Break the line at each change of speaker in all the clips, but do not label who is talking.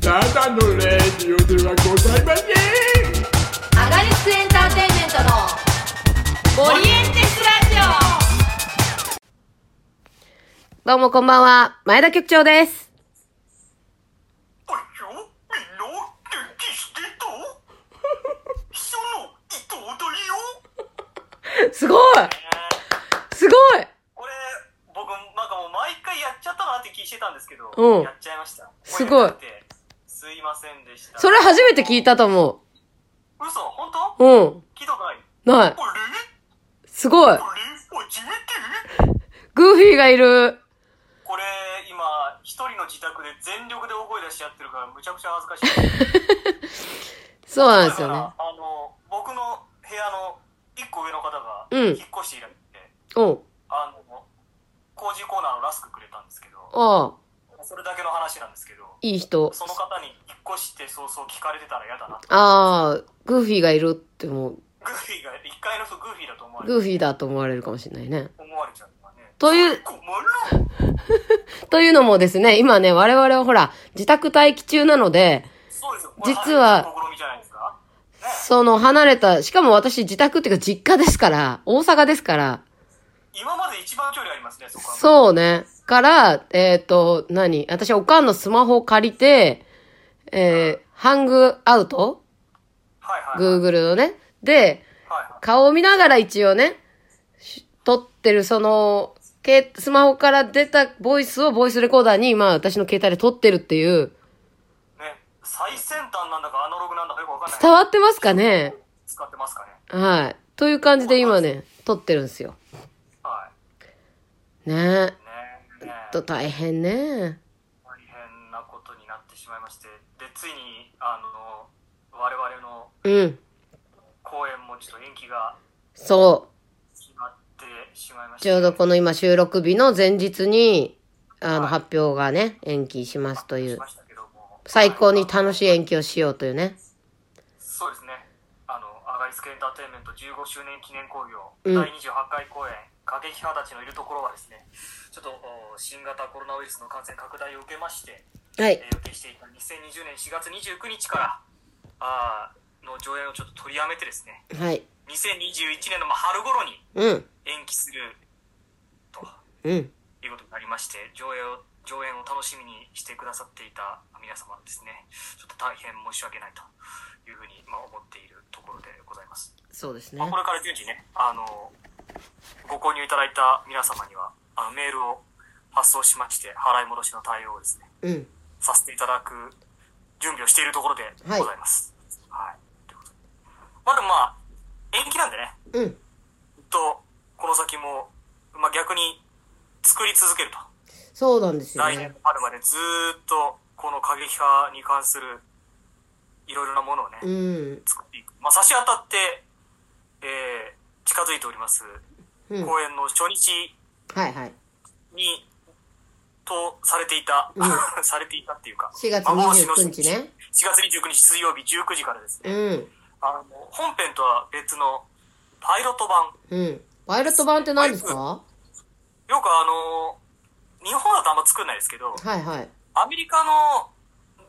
カのレディオではございません
アガリスクエンターテインメントのオリエンテスラジオどうもこんばんは、前田局長です。
おいよ、みんな、元気してたその、伊藤だよ。
すごいすごい
これ、僕、なんかもう毎回やっちゃったなって気してたんですけど、
うん
やっちゃいました。
すごい
声が出て。すいませんでした。
それ初めて聞いたと思
嘘本当
う。うん。
聞いたことない。
ない。
あれ
すごい。
あれ初めて
グーフィーがいる。
これ、今、一人の自宅で全力で大声出しちゃってるから、むちゃくちゃ恥ずかしい。
そうなん
だ
です
か
よね
ら、。あの、僕の部屋の一個上の方が、
うん
引っ越していられて、
うん。
あの、工事コーナーのラスクくれたんですけど、
ああ、
それだけの話なんですけど、
いい人。
その方に引っ越して早々聞かれてたら嫌だなと。
ああ、グーフィーがいるってもう、
グーフィーが、一階の人グーフィーだと思われ
グーフィーだと思われるかもしれないね。
思われちゃうからね。
という、
困る
というのもですね、今ね、我々はほら、自宅待機中なので、
そうですよ。
実は
これ初めての試みじゃないですかね
その離れた、しかも私自宅っていうか実家ですから、大阪ですから、
今まで一番距離ありますね、そこは。
そうね、から、えっ、と、何私おかんのスマホを借りて、えー、ハングアウト
はいはいはい。はい
?Google のね。で、
は
顔を見ながら一応ね、し撮ってるその、けスマホから出たボイスをボイスレコーダーに、まあ私の携帯で撮ってるっていう、
い。ね、最先端なんだかアナログなんだかよくわかんない。
伝わってますかね
使ってますかね。
はい。という感じで今ね、撮ってるんですよ。
は
ね
い。ね。ね
え。と大変ね。
大変なことになってしまいまして、で、ついに、あの、我々の
うん。
公演もちょっと延期が
そ
決まってしまいま
う。
した。
ちょうどこの今収録日の前日に、あの、
はい
発表がね、延期しますとい
し
う
ま。したけども
最高に楽しい延期をしようというね。
そうですね。あの、アガリスクエンターテインメント15周年記念興行、
うん
第28回公演、過激派たちのいるところはですね、ちょっとお新型コロナウイルスの感染拡大を受けまして、
はい
え。ー予定していた2020年4月29日から、あーの上演をちょっと取りやめてですね、
はい。
2021年のまあ春頃に
うん。
延期すると。
うん。
ということになりまして上映を上演を楽しみにしてくださっていた皆様ですねちょっと大変申し訳ないというふうに、まあ、思っているところでございます、
そうです
ま
ね
あこ。れから順次ねあのご購入いただいた皆様にはあのメールを発送しまして払い戻しの対応をですね
うん。
させていただく準備をしているところでございますはい、ということでまあでもまあ延期なんで
うん。
ねずっとこの先も、まあ、逆に作り続けると
そうなんですよ
来
ね
年。春までずーっとこの過激派に関するいろいろなものをね、
うん。
作っていく、まあ、差し当たって、えー近づいております
うん。
公演の初日
はいはい。
にとされていた、
う
されていたっていうか
4月
幻の
29日ね。
4月29日水曜日19時からです
う
ね、
ん。
あの本編とは別のパイロット版
うん。パイロット版って何ですかは
よくあの日本だとあんま作んないですけど、
いはい。
アメリカの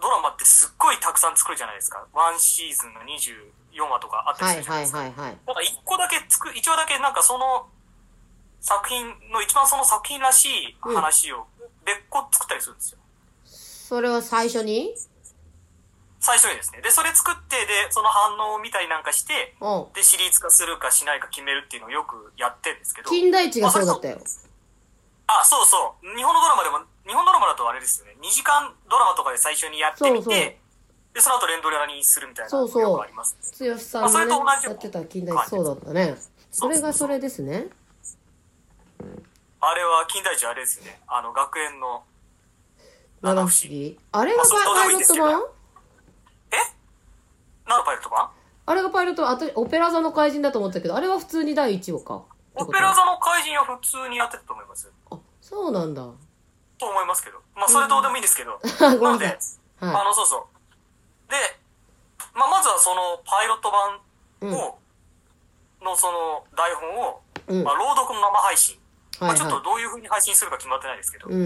ドラマってすっごいたくさん作るじゃないですか。ワンシーズンが24話とかあったり
は
する
い
じゃ
は
ないで
い
すか。
はいはい。
なんか一個だけ作る、一話だけなんかその作品の、一番その作品らしい話を別個作ったりするんですよ。
それは最初に
最初にですね。で、それ作って、で、その反応を見たりなんかして、
うん。
で、シリーズ化するかしないか決めるっていうのをよくやってるんですけど。
金田一がそうだったよ。
あ、そうそう。日本のドラマでも、日本ドラマだとあれですよね。2時間ドラマとかで最初にやってみて、
そうそう
で、その後連ドラにするみたいな
そうそう
よくありますね、
剛さんのね
まあ、それと同じ
やってた金田一そうだったね。それがそれですね。
あれは、金田一あれですよね。あの、学園の、
七不思議。あれがパイロット版
えナロパイロット版
あれがパイロット版、あたオペラ座の怪人だと思ったけど、あれは普通に第1話か。
オペラ座の怪人は普通にやってたと思います。
あ、そうなんだ。
と思いますけど。まあ、それどうでもいいんですけど。
ん ご
な
め
の
んなさ
で
い、
あ
は
の、そうそう。で、まあ、まずはその、パイロット版
い。うん。
を、のその、台本を、
うん。
まあ、
は
朗読の生配信。
い
まあ、ちょっと
は
どういう風に配信するか決まってないですけど、
い。うん。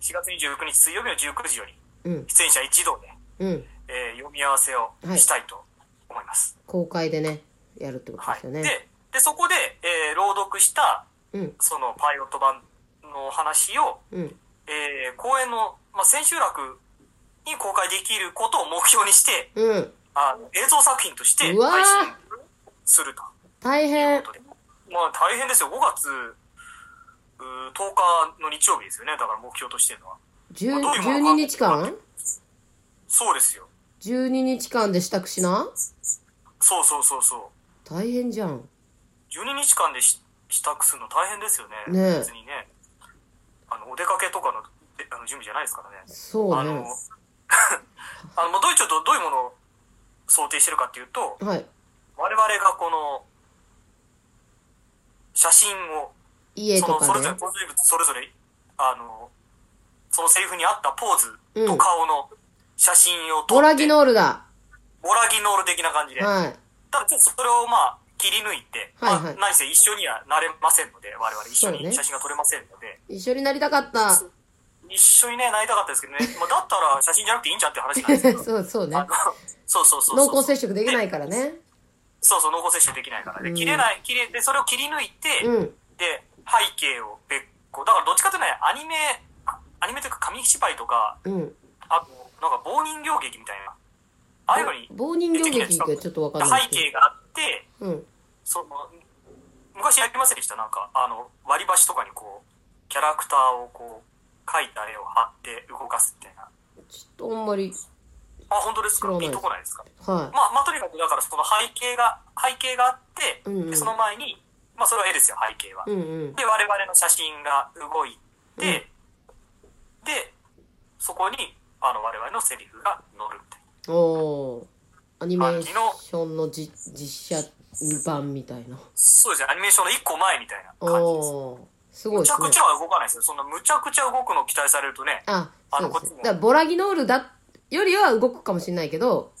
4月29日水曜日の19時より、
うん。
出演者一同で、
うん。
えー読み合わせをしたいと思います。
公開でね、やるってこと
は
で
い。
すよね。
で、で、そこで、えー朗読した、
うん、
そのパイロット版の話を、
うん。
えー公演の、まあ、千秋楽に公開できることを目標にして、
うん。
あの映像作品として
うわー
配信すると
大
いう
変
こ。とで。まあ大変ですよ。5月うー10日の日曜日ですよね。だから目標としてるのは。
10
どういうものか
12日間
そうですよ。
?12 日間で支度しな
そうそうそうそう。
大変じゃん。
12日間でし支度するの大変ですよね。
ねえ
別にね。あの、お出かけとかのえあの準備じゃないですからね。
そう
あ
ね
の。、 あの、まあドイツとどういうものを想定してるかっていうと、
はい。
我々がこの、写真を、
家
そ
と
の、そ
か
れぞれ、
ね。
登場人物それぞれ、あの、そのセリフに合ったポーズ
う
と
ん
顔の写真を撮って、
ボラギノールだ。
ボラギノール的な感じで。
はい。
ただちょっとそれをまあ切り抜いて、
はいはい
まあ、何せ一緒にはなれませんので、我々一緒
そうね
に写真が撮れませんので、
一緒になりたかった。
そ一緒にね、なりたかったですけどね、まあ、だったら写真じゃなくていいんじゃんって話なんですけ ど、
そう、そうね
あの。そうそうそうそう。
濃厚接触できないからね。
そうそう、濃厚接触できないから。
う
で、
ん
切れない、切れ、で、それを切り抜いて、
うん。
で、背景を別個。だからどっちかというとね、アニメ、アニメというか紙芝居とか、
うん。
あと、なんか棒人形劇みたいな、ああいうのに、
棒人形劇ってちょっとわかんない
背
けど。
景があって、
うん。
その昔やりませんでしたなんかあの割り箸とかにこうキャラクターをこう描いた絵を貼って動かすみたいな
ちょっとあんまり、
あ本当ですか
知らない
ピンとこないですか
は
まあまあとにかくだからその背景が背景があって、
うんうん
でその前にまあそれは絵ですよ背景は、
い。うんうん。
で我々の写真が動いて、でそこにあの我々のセリフが載るみたいな
おー。アニメーションのじ実写版みたいな。
そうですねアニメーションの1個前みたいな感じです
おー。すごい
む
です
ちゃ
ね
くち。ゃは動かないですよそんなむちゃくちゃ動くの期待されるとね
あ、
あ
そ
の
うですね
こ
だ
っちも
からボラギノールだ、よりは動くかもしれないけど、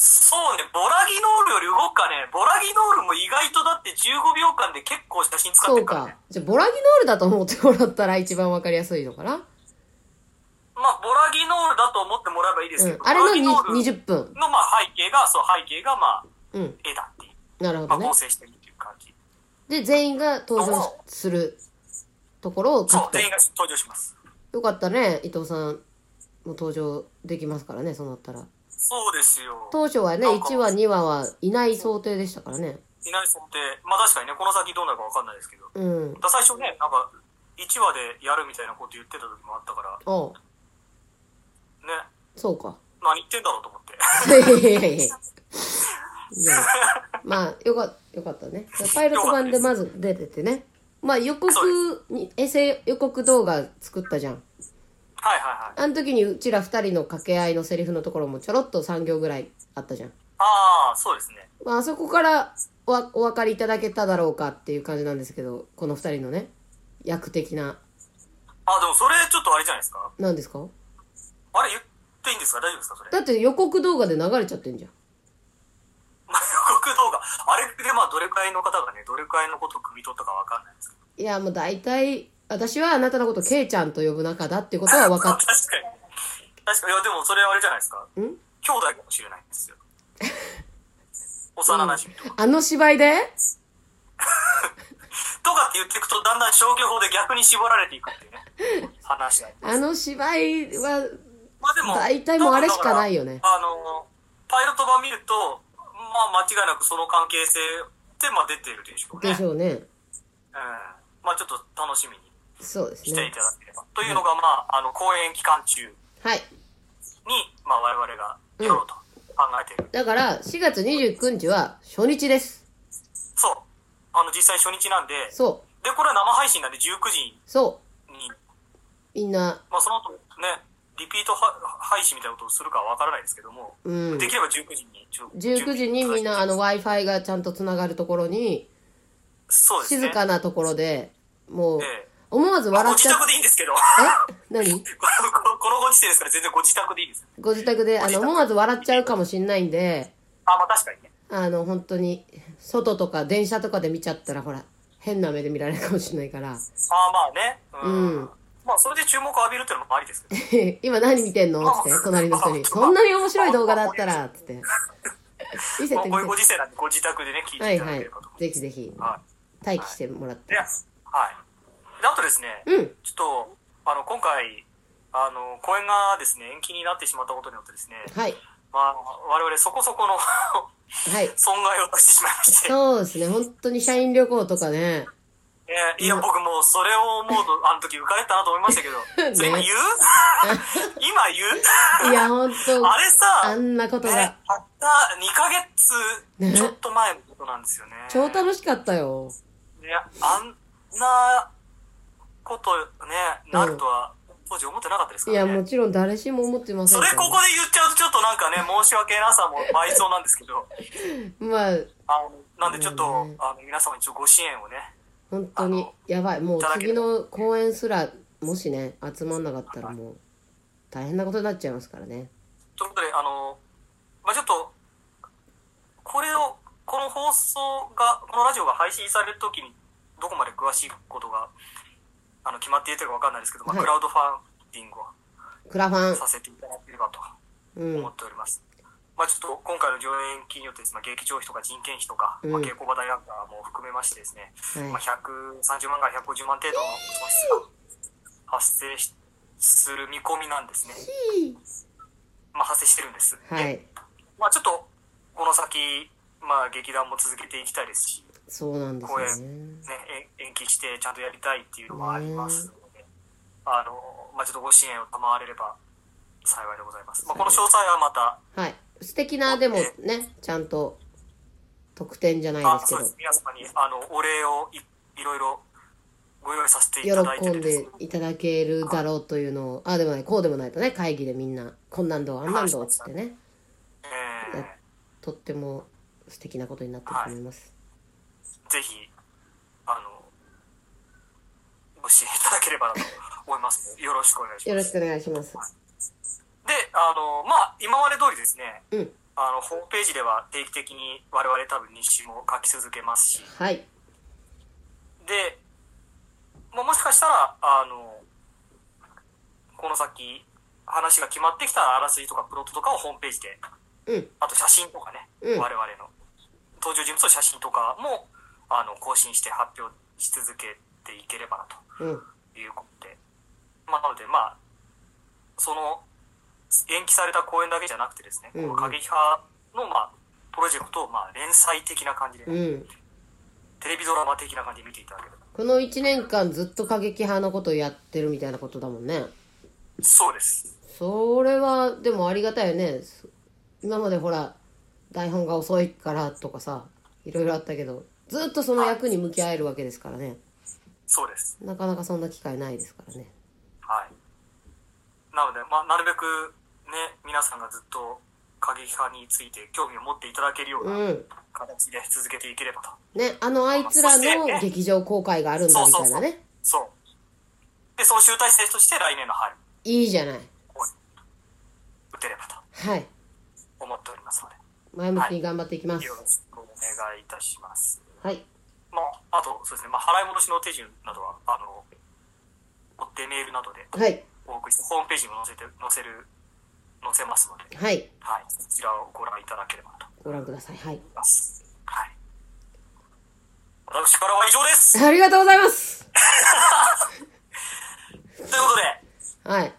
そうね、ボラギノールより動くかね。ボラギノールも意外とだって15秒間で結構写真使
そ
って
う
るからね
か。。じゃあ、ボラギノールだと思ってもらったら一番わかりやすいのかな
まあ、ボラギノールだと思ってもらえばいいです
う
け
ん
ど、。
あれのに
ボラギノール
20分。
のまあ背景が、そう、背景がまあ、
うん。
絵だっていう。
なるほ
ま
ど
あ、
ね
合。成してるっていう感じ。
で、全員が登場するところを書
そう
く、と
全。員が登場します。
よかったね。伊藤さんも登場できますからね、そうなったら。
そうですよ。
当初はね、
なんか
1話、2話はいない想定でしたからね。
いない想定。まあ確かにね、この先どうなるかわかんないですけど。
うん。
だ最初ね、なんか、1話でやるみたいなこと言ってた時もあったから、
ああ、
ね、
そう か。
何言ってんだろうと思って。
いやいやいやいや。いやまあ、よか、よかったね。パイロット版でまず出ててね。まあ予告に、衛星予告動画作ったじゃん。
はいはいはい。
あの時にうちら二人の掛け合いのセリフのところもちょろっと3行ぐらいあったじゃん。
ああ、そうですね。
まああそこからわお分かりいただけただろうかっていう感じなんですけど、この二人のね、役的な、
あ、でもそれちょっとあれじゃないですか
何ですか
あれ言っていいんですか大丈夫ですかそれ。
だって予告動画で流れちゃってんじゃん。
まあ、予告動画。あれでまあ、どれくらいの方がね、どれくらいのことを汲み取ったかわかんないですけど。
いや、もう大体、私はあなたのことケイちゃんと呼ぶ仲だっていうことは分かっ
確かに。確かに。いや、でもそれあれじゃないですか。
ん
兄弟かもしれない んですよ。幼馴染とか。
あの芝居で
とかって言っていくと、だんだん消去法で逆に絞られていくっていうね、話だ。
あの芝居は、
まあでも、
大体もうあれしかないよね
多分だからあの、パイロット版見ると、まあ間違いなくその関係性って、まあ出てるでしょうね。
でしょうね。
うん。まあちょっと楽しみに。
そうです
して
ね。
いただければ。というのが、まあ、あの、公演期間中に、
はい。
まあ、我々がやろうと考えている。
だから、4月29日は初日です。
そう。あの、実際初日なんで、
そ
で、これは生配信なんで、19時
う。そ
に、
う。みんな、
まあ、その後ね、リピートは配信みたいなことをするかはわからないですけども、
うん
で。きれば19時に、ちょ
19時にみんな、あ、
準備いただいて
の、Wi-Fi がちゃんと繋がるところに、
そうですね。
静かなところで、もう
え、え
思わず
まあ、ご
笑っち
自
ゃっ
宅でいいんですけど、 こ
え何
のこのこのご時世ですから、全然ご自宅でいいです。
ご自宅で、あの、思わず笑っちゃうかもしんないんで、
あ、まあ、確かにね。
あの、本当に、外とか電車とかで見ちゃったら、ほら、変な目で見られるかもしんないから、
あ、まあね。うん。
うん
ままあ、それで注目を浴びるっていうのもありですけど、
今何見てんのって、隣の人に。そんなに面白い動画だったら、つって。見せ
まあ
て見
ご
せ
ご
て。
時世なんで、ご自宅でね、聞い
は
てい
い
ただ
は
け
い
ればと思。い
ぜひぜひ、
ます。はい
待機してもらっ
で、
て
はい。。であとですね、
うん。
ちょっと、あの、今回、あの、公演がですね、延期になってしまったことによってですね、
はい。
まあ、我々そこそこの
はい。
損害を出してしまいまして、
そうですね。本当に社員旅行とかね。
えーいや、僕もうそれを思う と、あの時浮かれたなと思いましたけど、それ今言う今言う
いや、本
あ
当
れさ、
あんなこと
ね
が。、
たった2ヶ
ね
月ちょっと前のことなんですよね。
超楽しかったよ。
ね、あんなことね、なるとは、当時思ってなかったです
い
から
や、
ね。
もちろん誰しも思ってません
そ
か
れ
ら
ここで言っちゃうとちょっとなんかね、申し訳なさも倍増なんですけど、
まあ、
あの、なんでちょっと、
うん
あの、皆様にちょっとご支援をね、
本当に、やばい。もう次の公演すら、もしね、集まんなかったらもう、大変なことになっちゃいますからね。
ということで、あの、まあちょっと、これを、この放送が、このラジオが配信されるときに、どこまで詳しいことが、あの、決まっているというかわかんないですけど、まあ
はい
クラウドファンディングを
クラファン
さ。せていただければと
うん
思っ。ております。まあちょっと今回の上演金によってですね、まあ劇場費とか人件費とか、ま
うん
あ稽古場代なんかも含めましてですね、
はい。
まあ、130万から150万程度の損失が発生しする見込みなんですね。まあ、発生してるんです。
はい。
まあ、ちょっと、この先、まあ、劇団も続けていきたいですし、
そうなんですよね。
ね、え延期してちゃんとやりたいっていうのはありますので、あの、まあ、ちょっとご支援を賜れれば幸いでございます。まあ、この詳細はまた、
はい。素敵な、でもね、ちゃんと、特典じゃない
あ
で
そうですす。皆様に、あの、お礼をいいろいろご用意させてい
け
ただ
ど、
いて
喜ん
るです
で
ね
いただけるだろうというのを、ああでもない、こうでもないとね、会議でみんな、こんなんどう、あんなんどうっつってね、
えー
とっても素敵なことになってると思います。
ぜひ、あの、ご支援いただければなと思いますので。よろしくお願いし
よ
ま
ろ
す。
しくお願いします。
で、あの、まあ、今まで通りですね、
うん。
あの、ホームページでは定期的に我々多分日誌も書き続けますし、
はい。
で、まあ、もしかしたら、あの、この先、話が決まってきたら、あらすじとかプロットとかをホームページで、
うん。
あと写真とかね、
うん
我々の登場人物の写真とかも、あの、更新して発表し続けていければなと
うん。
いうことで、まあ、なので、まあ、その延期された公演だけじゃなくてですね、
うんうん
この過激派の、まあ、プロジェクトを、まあ、連載的な感じで、
うん。
テレビドラマ的な感じで見ていただければ。
この1年間ずっと過激派のことやってるみたいなことだもんね。
そうです。
それは、でもありがたいよね。す今までほら、台本が遅いからとかさ、いろいろあったけど、ずっとその役に向き合えるわけですからね。
そうです。
なかなかそんな機会ないですからね。
はい。なので、まあ、なるべく、ね、皆さんがずっと過激派について興味を持っていただけるよう
う。
なん形で続けていければと。
ね、あのあいつらの劇場公開があるんだみたいなね。
そう。で、その集大成として来年の春、
いいじゃない。
打てればと
はい。
思っておりますので。
前向きに頑張っていきます
よ。ろしくお願いいたします。
はい。
まあ、あと、そうですね、まあ、払い戻しの手順などは、あの、追ってメールなどで
はい。
お送りして、ホームページにも載せて、載せる、載せますので、
はい。
はい、そちらをご覧いただければと思
ご覧ください。はい。
います。はい。私からは以上です
ありがとうございます
ということで、
はい。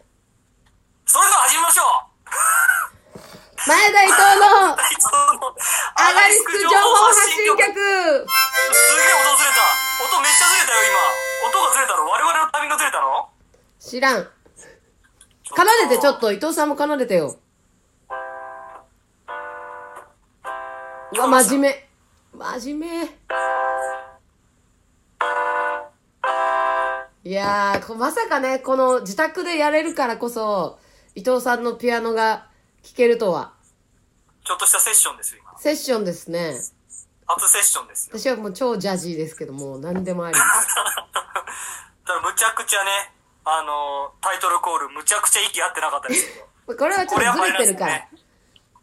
それでは始めましょう
前田伊藤の
内藤の
ア
ア
ガリスク情報発信
局すげえ
局
音ずれた音めっちゃずれたよ、今音がずれたの我々のタイミングがずれたの
知らん。奏でてちょっと、伊藤さんも奏でてよ。うわ、真面目。真面目。いやーこ、まさかね、この自宅でやれるからこそ、伊藤さんのピアノが聴けるとは。
ちょっとしたセッションですよ、今。
セッションですね。
初セッションですよ。
私はもう超ジャジーですけども、何でもあり。
だからむちゃくちゃね、あのータイトルコール、むちゃくちゃ息合ってなかったですけど、
これ はちょっとずれてるから。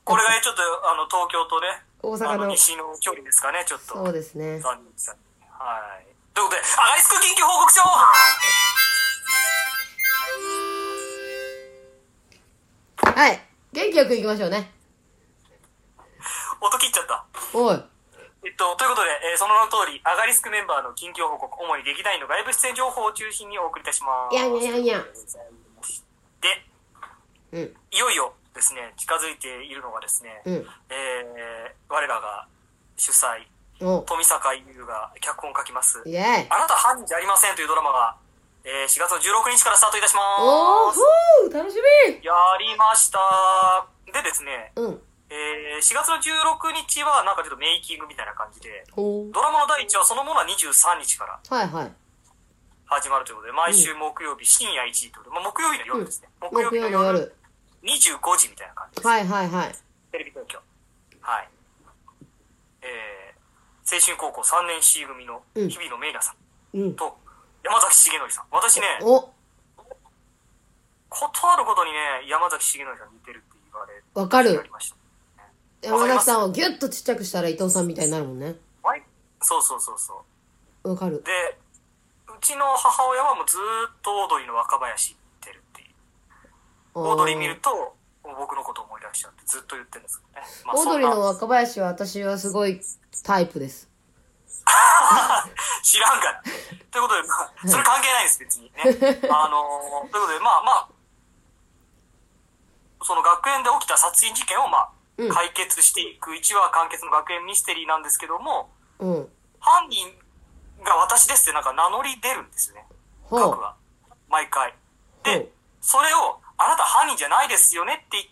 これがねちょっと、あの、東京とね、
大阪の
あの西の距離ですかね、ちょっと。
そうですね。
残念でした。はい。ということで、アガリスク緊急報告書
はい。元気よく行きましょうね。
音切っちゃった。
おい。
えっと、ということで、えーその名の通り、アガリスクメンバーの近況報告、主に劇団員の外部出演情報を中心にお送りいたします。
いやいやいやいや
で、
うん、
いよいよですね、近づいているのがですね、
うん。
えー我らが主催、
おう。
富坂優が脚本を書きます、
イェイ。
あなた犯人じゃありませんというドラマが、えー4月の16日からスタートいたし
おー、
ます。
ふー楽しみ
やりました。でですね、
うん。
えー4月の16日はなんかちょっとメイキングみたいな感じで、
ほう。
ドラマの第1話そのものは23日から
はいはい。
始まるということで、毎週木曜日深夜1時ということで、まあ、木曜日の夜ですね。木曜
木曜
日の
の
夜
夜。
25時みたいな感じです。
はいはいはい。
テレビ東京。はい。えー、青春高校3年 C 組の
うん
日比野メイナさん
うん。
と山崎茂則さん。私ね、
お、
ことあることにね、山崎茂則さんに似てるって言われ
わか
てお
る
り。ました。
山崎さんをギュッとちっちゃくしたら伊藤さんみたいになるもんね。
はい。そうそうそうそう。
わかる。
で、うちの母親はもうずーっとオードリーの若林に似てるっていう。オードリー見ると、もう僕のことを思い出しちゃってずっと言ってるんですけどね。まあ、
オードリーの
そんな
若林は私はすごいタイプです。
知らんから。ということで、まあ、 それ関係ないです、別にね。あのーということで、まあまあ、その学園で起きた殺人事件を、まあ、
うん
解決していく、一話完結の学園ミステリーなんですけども、
うん。
犯人が私ですってなんか名乗り出るんですよね。
ほ
各
う。
が。毎回。
ほう
で、それを、あなた犯人じゃないですよねって言っ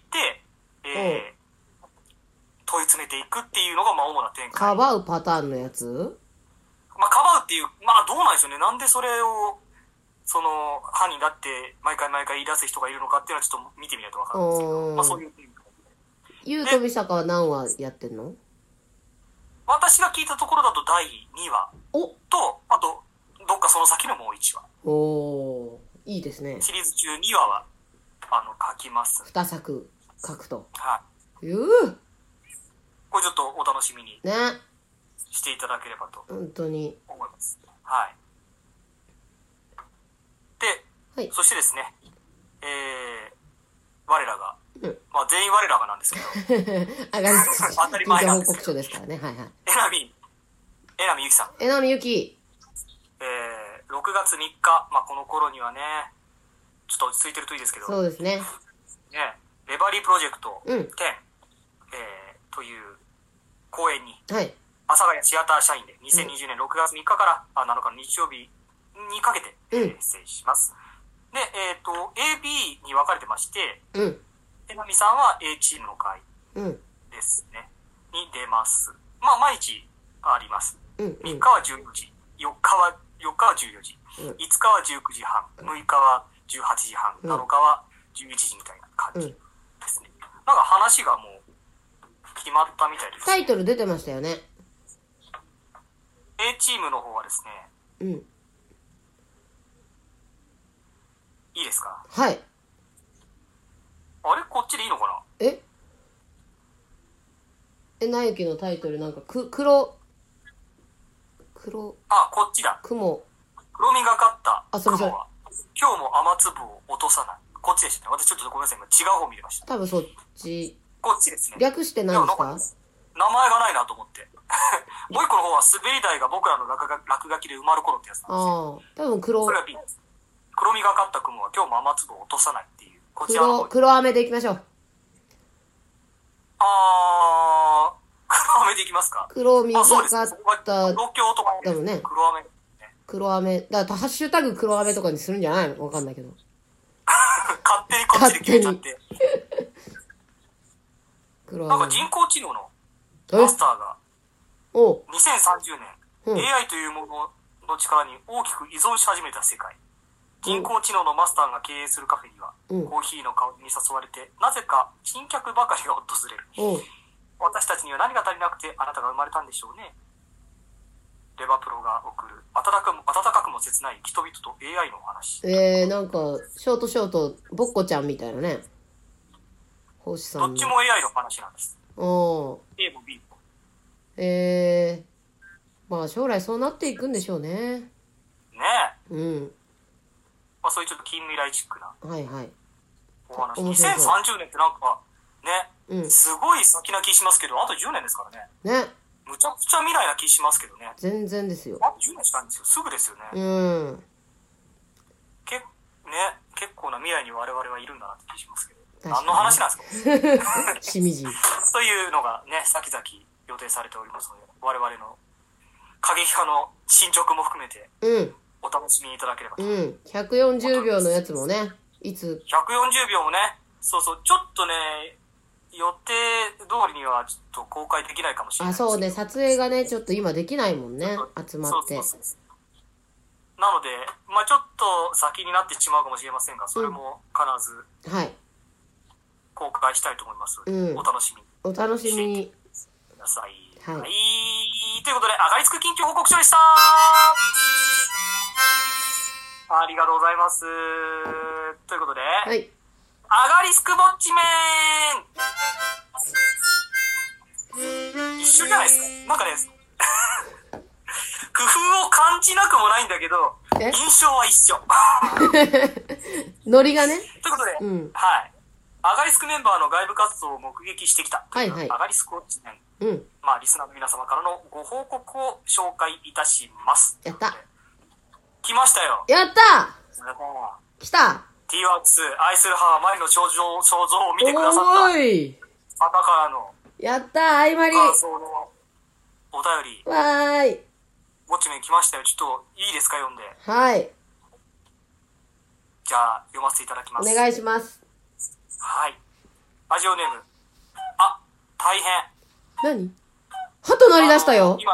て、えー問い詰めていくっていうのが、まあ、主な展開。
かばうパターンのやつ
まあ、かばうっていう、まあ、どうなんでしょうね。なんでそれを、その、犯人だって、毎回毎回言い出す人がいるのかっていうのは、ちょっと見てみないとわかるんないですけ
う
ど、
ん
まあ、そういう。
ゆうとみさかは何話やってんの
私が聞いたところだと、第2話
お
と、あと、どっかその先のもう1話。
おー、いいですね。
シリーズ中2話は、あの、書きます。
二作書くと。
はい。
ゆう
これちょっとお楽しみに
ね。
していただければと
本当に。
思います。はい。で、
はい。
そしてですね、えー、我らが、
うん
まあ全員我らがなんです けど、
あがりつつ、
当たり前
緊
な
急
ん
報
です
告書ですからね。はいはい。
えなみ、えなみゆきさん、
えなみゆき。
えー、6月3日、まあこの頃にはね、ちょっと落ち着いてるといいですけど、
そうですね。
ね、レバリープロジェクト10、
うん
えー、という公演に、
はい。
阿佐ヶ谷シアター社員で2020年6月3日からあ7日の日曜日にかけて、え
うん
ー出演します。で、えっ、と、AB に分かれてまして、
うん。
えなみさんは A チームの会
うん。
ですね、に出ます。まあ、毎日あります。
うん。う
3
ん。
日は14時、4日は、4日は14時、
うん
5日は19時半、6日は18時半、
うん
7日は11時みたいな感
う
じ
ん
ですね。なんか話がもう決まったみたいです。
タイトル出てましたよね。
A チームの方はですね、
うん。
いいですか
はい。
あれこっちでいいのかな
ええなゆきのタイトルなんか、く、黒、黒、
あ、こっちだ。
雲。
黒みがかった
あそ
雲
れそれ
は、今日も雨粒を落とさない。こっちでしたね。私ちょっとごめんなさい。今違う方見てました。
多分そっち。
こっちですね。
略して何です
いやなん
か
名前がないなと 思って。もう一個の方は、滑り台が僕らの落書落書きで埋まる頃ってやつなんですよ。
ああ。多分黒
それ、が B です。黒みがかった雲は今日も雨粒を落とさないっていう。こちら
黒、
の方に。
黒飴でいきましょう。
あー、黒飴でいきますか
黒みが
あ、そうです。
か
東
った
京とか
だもんね
黒飴。
黒飴。だから、ハッシュタグ黒飴とかにするんじゃないのわかんないけど。
勝手にこっちで決めちゃって。
黒
なん
飴
か。人工知能の
え
マスターが、
おう。
2030
う
年、
ん
AI というものの力に大きく依存し始めた世界人工知能のマスターが経営するカフェには、
うん
コーヒーの香りに誘われてなぜか新客ばかりが訪れる
おう。
私たちには何が足りなくてあなたが生まれたんでしょうねレバプロが送る温かくも温かくも切ない人々と AI のお話
えー、なんか、ショートショート、ぼっこちゃんみたいなね。星さ
ど
ん
っ
の。
ちも AI の話なんです
おう。
A も B も
ええまあ将来そうなっていくんでしょうね。
ねえ、
うん。
まあ、そういうちょっと近未来チックな
はいはい。
お話。
面白そう
2030年ってなんか、ね、
うん
すごい先な気しますけど、あと10年ですからね。
ね
むちゃくちゃ未来な気しますけどね。
全然ですよ
あと10年したいんですよ。すぐですよね。
うん
けね、結構な未来に我々はいるんだなって気しますけど。
確か
何
に
の話なんですか
しみじみ
というのがね、先々予定されておりますので、我々の過激派の進捗も含めて
うん
お楽しみいただければと。
うん140秒のやつもねいつ
140秒もね、そうそう、ちょっとね、予定通りにはちょっと公開できないかもしれな
あ
いですけど。
そうね撮影がねちょっと今できないもんね集まって
そうそうそうなので、まあちょっと先になってしまうかもしれませんが、それも必ず
はい
公開したいと思いますので、
うん
お楽しみに
お楽しみに
ください。
はい
ということで、上がりつく緊急報告書でしたありがとうございます。ということで、
はい
アガリスクボッチメン一緒じゃないですかなんかね、工夫を感じなくもないんだけど、
え
印象は一緒。
ノリがね
ということで、
うん
はい。アガリスクメンバーの外部活動を目撃してきたという、
はいはい
アガリスクウォッチメン、
うん
まあ、リスナーの皆様からのご報告を紹介いたします。
やった
来ましたよ。
やった来た
T-Works 愛する母マリの症状、肖像を見てくださ
お
った
ーい
方からの
やったあいまり
感想のお便り、
わーい
ウォッチメン来ましたよ。ちょっといいですか読んで。
はい
じゃあ読ませていただきま
お
す。
願いします
はい。ラジオネーム。あ、大変。
何鳩鳴り出したよ
今、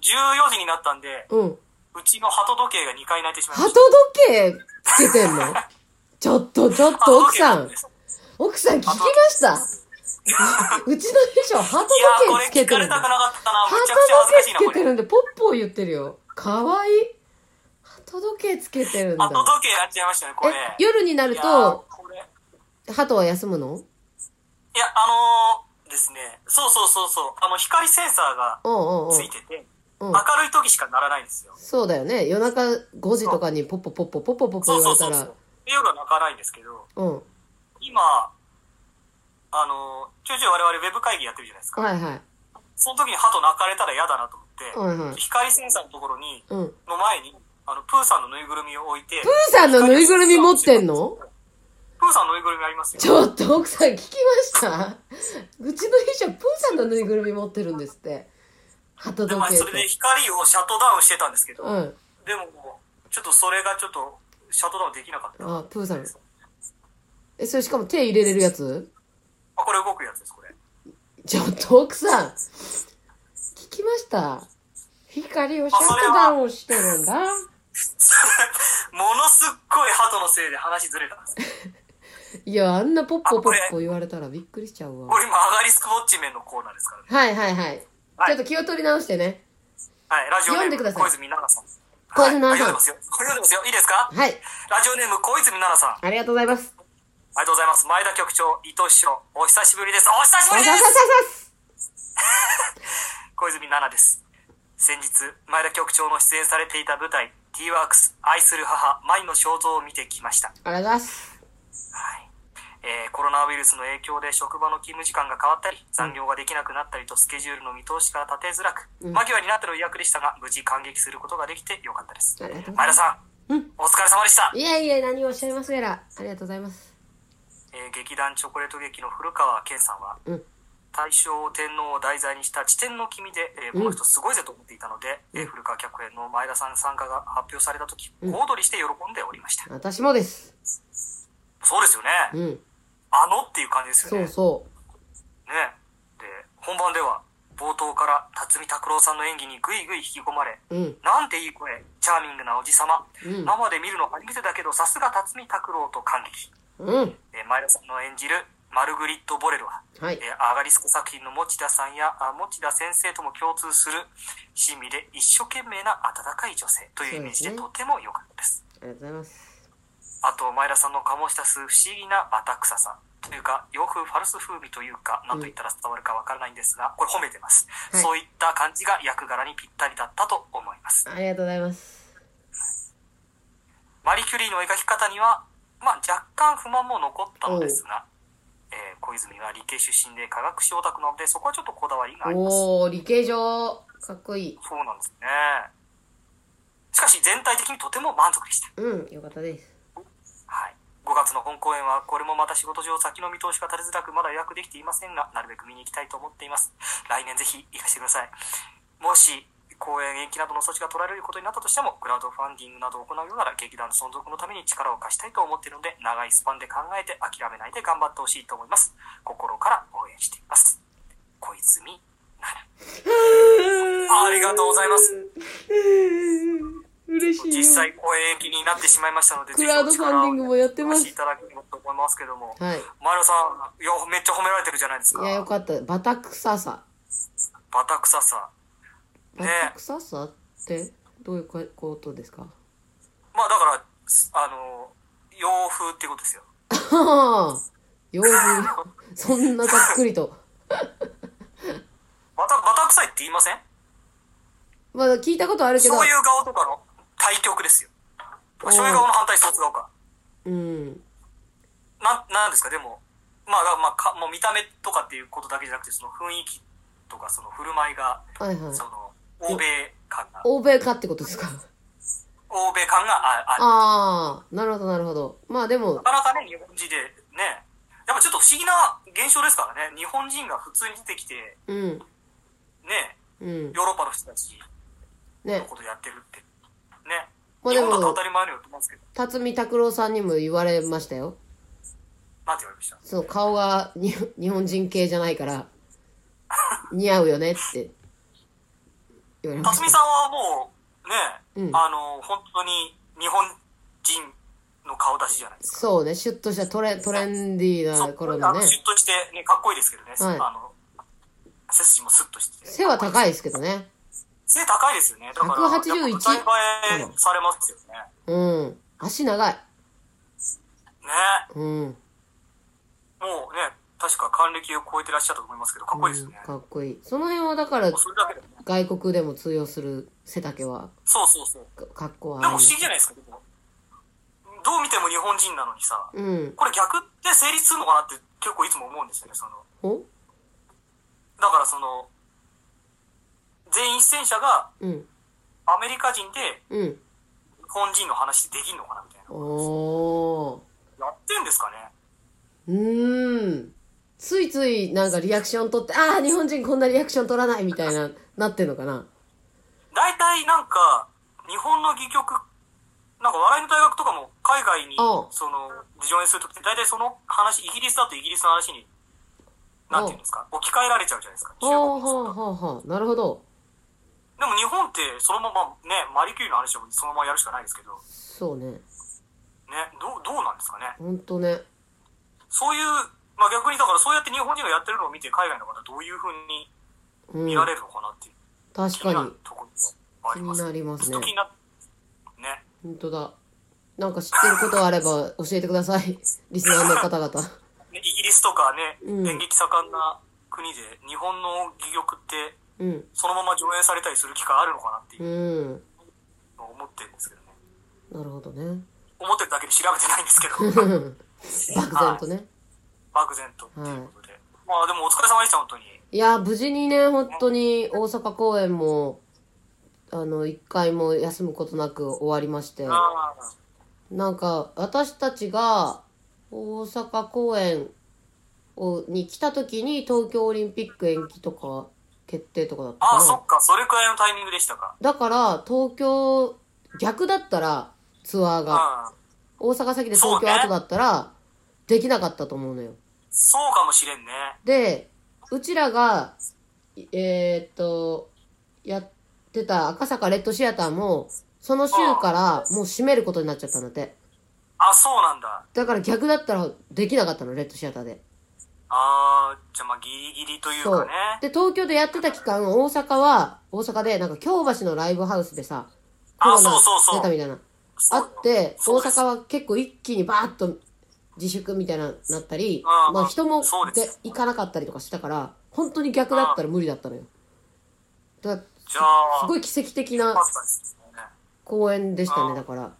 14時になったんで、
うん
うちの鳩時計が2回鳴いてしまいま
鳩
し。
時計つけてんのちょっとちょったと奥さん
鳩時計なんです
奥さん聞きましたうちの秘書鳩時
いやー、これ
計つけ
聞
て
か
る
れ
ん
たくな
だ
かったな。
鳩
むちゃくちゃ恥ず
時
かしいな、
計つ
こ
けて
れ。
るんでポッポー言ってるよかわいい鳩時計つけてるんだ
鳩時計やっちゃいましたね、これ。
え夜になる
いやー
と
これ
鳩は休むの
いや、あのー、ですね、そうそうそうそう、あの、光センサーが
うんうん
ついてて、
うんうん
明るい時しかならないんですよ。
そうだよね夜中5時とかにポッポポッポポッポポッポ
そう
言わ
そう
れた
そうそ
ら
う。で夜は鳴かないんですけど、
うん
今、あのー、ちょいちょい我々ウェブ会議やってるじゃないですか。
はいはい
その時に鳩鳴かれたら嫌だなと思って、
はいはい
光センサーのところに、
うんプ
の前に、あの、プーさんのぬいぐるみを置いて、プ
ーさんのぬいぐるみ持ってんの
プーさんのぬいぐるみありますよ。
ちょっと奥さん聞きましたうちの秘書プーさんのぬいぐるみ持ってるんですって鳩
で、
時
まあ、
計っ
それで
て
光をシャットダウンしてたんですけど、
うん
でももう、ちょっとそれがちょっと、シャットダウンできなかった。
あプーさんえそれしかも手入れれるやつ
あ、これ動くやつです、これ。
ちょっと奥さん聞きました光をシャットダウンしてるんだ
ものすっごい鳩のせいで話ずれたんですけど。
いやあんなポッポポッポ言われたらびっくりしちゃうわ
これ今、アガリスクウォッチメンのコーナーですからね。
はいはいはい。
はい
ちょっと気を取り直してね。
はい、ラジオネ
読ん
ーム、
でください
小泉奈々さん。
小泉奈々
はい、あ読んでますよ。これ読んでますよ。いいですか
はい。
ラジオネーム、小泉奈々さん。
ありがとうございます。
ありがとうございます。前田局長、伊藤師匠、お久しぶりです。お久しぶ
さ
り
さ
で
ささ
す
さ
小泉奈々です。先日、前田局長の出演されていた舞台、T-Works 愛する母、舞の肖像を見てきました。
ありがとうございます。
はいえーコロナウイルスの影響で職場の勤務時間が変わったり残業ができなくなったりとスケジュールの見通しが立てづらく、間際になっての予約でしたが無事感激することができてよかったです
ありがとうございま
前田
す。
さん、お疲れ様でした、
いやいや、何をおっしゃいますやら。ありがとうございます。
えー劇団チョコレート劇の古川健さんは、
うん
大正天皇を題材にした「地天の君で」えーこの人すごいぜと思っていたので、えー古川客演の前田さん参加が発表された時小躍りして喜んでおりました、
私もです。
そうですよね、
うん。
あのっていう感じですよね
そうそ
ねで本番では冒頭から辰巳拓郎さんの演技にぐいぐい引き込まれ、
う。うん。
なんていい声チャーミングなおじさま、
うん
生で見るの初めてだけどさすが辰巳拓郎と感激
うん。
えー前田さんの演じるマルグリット・ボレルは、
はい
えーアーガリスク作品の持田さんやあ持田先生とも共通する親身で一生懸命な温かい女性というイメージ
そうですね
でとても良かったです
ありがとうございます。
あと前田さんの醸し出す不思議なバタ臭さというか洋風ファルス風味というか何と言ったら伝わるかわからないんですが、これ褒めてます、
はい
そういった感じが役柄にぴったりだったと思います
ありがとうございます。
マリキュリーの描き方にはまあ、若干不満も残ったのですが、えー小泉は理系出身で科学史オタクなので、そこはちょっとこだわりがあります。
おー、理系上、かっこいい。
そうなんですね。しかし、全体的にとても満足でした。
うん、よかったです。
はい。5月の本公演は、これもまた仕事上先の見通しが立てづらく、まだ予約できていませんが、なるべく見に行きたいと思っています。来年ぜひ行かせてください。もし、公演延期などの措置が取られることになったとしても、クラウドファンディングなどを行うようなら、劇団の存続のために力を貸したいと思っているので、長いスパンで考えて諦めないで頑張ってほしいと思います。心から応援しています。小泉なら。ありがとうございます。
嬉しいよ。
実際公演延期になってしまいましたので、
クラウドファンディングもやってます
ぜひお力をお貸しいただければと思いますけども、
はい。
マリオさん、いや、めっちゃ褒められてるじゃないですか。
いや、よかった。バタ臭さ。
バタ臭さ。
バ
ね
タ臭さって、どういうことですか
まあだから、あの、洋風ってことですよ。
はぁ洋風。そんなざっくりと。
バタ、バタ臭いって言いません
まあ、聞いたことあるけど
醤、油顔とかの対極ですよ。醤油顔の反対、卒顔か。
うん。
なん、なんですか、でも、まあ、だからまあ、かもう見た目とかっていうことだけじゃなくて、その雰囲気とか、その振る舞いが、
はいはい
そ。の、欧米感が、
欧米化ってことですか
欧米感があある。
ああ、なるほどなるほど。まあでも、
なかなかね、日本人でね、やっぱちょっと不思議な現象ですからね、日本人が普通に出てきて、
うん、
ね、
うん。
ヨーロッパの人たちの
ね。
ことやってるって、ね、
まあ
日
で
本だと当
も
た、り前のようと思うんですけど、
辰巳拓郎さんにも言われましたよ。
なんて言われました
そう、顔がに日本人系じゃないから、似合うよねって言われま
辰巳
し
さ
た。
んはもう、ね、
うん
あの、本当に日本人の顔出しじゃないですか。
そうね、シュッとしたトレトレンディー
そ
な
う
頃
あ
の
の
ね。
シュッとして、ね、かっこいいですけどね、
はい
あの、背筋もスッとしてて。。
背は高いですすけどね。
背高いですよね。だから、
181
やっぱ歌い映えされますよね。
うん。足長い。
ね。
うん。
もうね、確か還暦を超えてらっしゃったと思いますけど、かっこいいですよね。
うんかっこいい。その辺はだから
もう、それだけでもね。
外国でも通用する背丈は、
そうそうそう。
かかっこは
で
あ
も不
り
思議じゃないですか、でもどう見ても日本人なのにさ、
うん。
これ逆って成立するのかなって結構いつも思うんですよね、その。
お
だからその、全員出演者が
うん。
アメリカ人で
うん。
日本人の話できるのかなみたい
おー。
な。やってんですかね
うーん。ついついなんかリアクション取って、ああ、日本人こんなリアクション取らないみたいな、なってんのかな。
大体なんか、日本の戯曲、なんか笑いの大学とかも海外に
うん、
その、上演するときって大体その話、イギリスだとイギリスの話に、なんていうんですか、置き換えられちゃうじゃないですか。中
ほう
国
ほう
の人
ほうほう。なるほど。
でも日本ってそのままね、マリキュリーの話をそのままやるしかないですけど、
そうね。
ね、どう、どうなんですかね。
ほんとね。
そういう、まあ逆にだからそうやって日本人がやってるのを見て海外の方はどういうふうに
うん
見。られるのかなっていう
確
気にな
かに
る。ところがあ
気
りま
に
す。
なります
ずっ
ね
と。気になって、ね。
ほんとだ。なんか知ってることあれば教えてください。リスナーの方々。
ねイギリスとかね、
うん
演劇盛んな国で、日本の戯曲って、
うん。
そのまま上演されたりする機会あるのかなっていう
うん。
のを思ってるんですけどね。
なるほどね。
思ってるだけで調べてないんです けど、
漠然とね。
漠然とっていうことで。まあでもお疲れ様でした、本当に。
いや、無事にね、本当に大阪公演も、あの、一回も休むことなく終わりまして。
ああ
なんか私たちが大阪公演をに来た時に東京オリンピック延期とか決定とかだった
ああ、
か
そ
な
っか、それくらいのタイミングでしたか。
だから東京逆だったらツアーが
うん。
大阪先で
そ
東
うね
京後だったらできなかったと思うのよ
そうかもしれんね。
でうちらがえーっとやってた赤坂レッドシアターもその週からもう閉めることになっちゃったんだって
あ、そうなんだ。
だから逆だったらできなかったのレッドシアターで
ああ、じゃあまあギリギリという
そ
か
う
ね。。
で、東京でやってた期間、大阪は、大阪で、なんか、京橋のライブハウスでさ、コ
あ
ロナ
そうそうそう
出たみたいな。
そ
あ
う
って、大
そうです
阪は結構一気にバーッと自粛みたいな、なったり、
あー
まあ人も
そうで
です行かなかったりとかしたから、本当に逆だったら無理だったのよ。だから
じゃあ、
すごい奇跡的な
パスタですね。
公演でした
あ
ね、
ー
だから。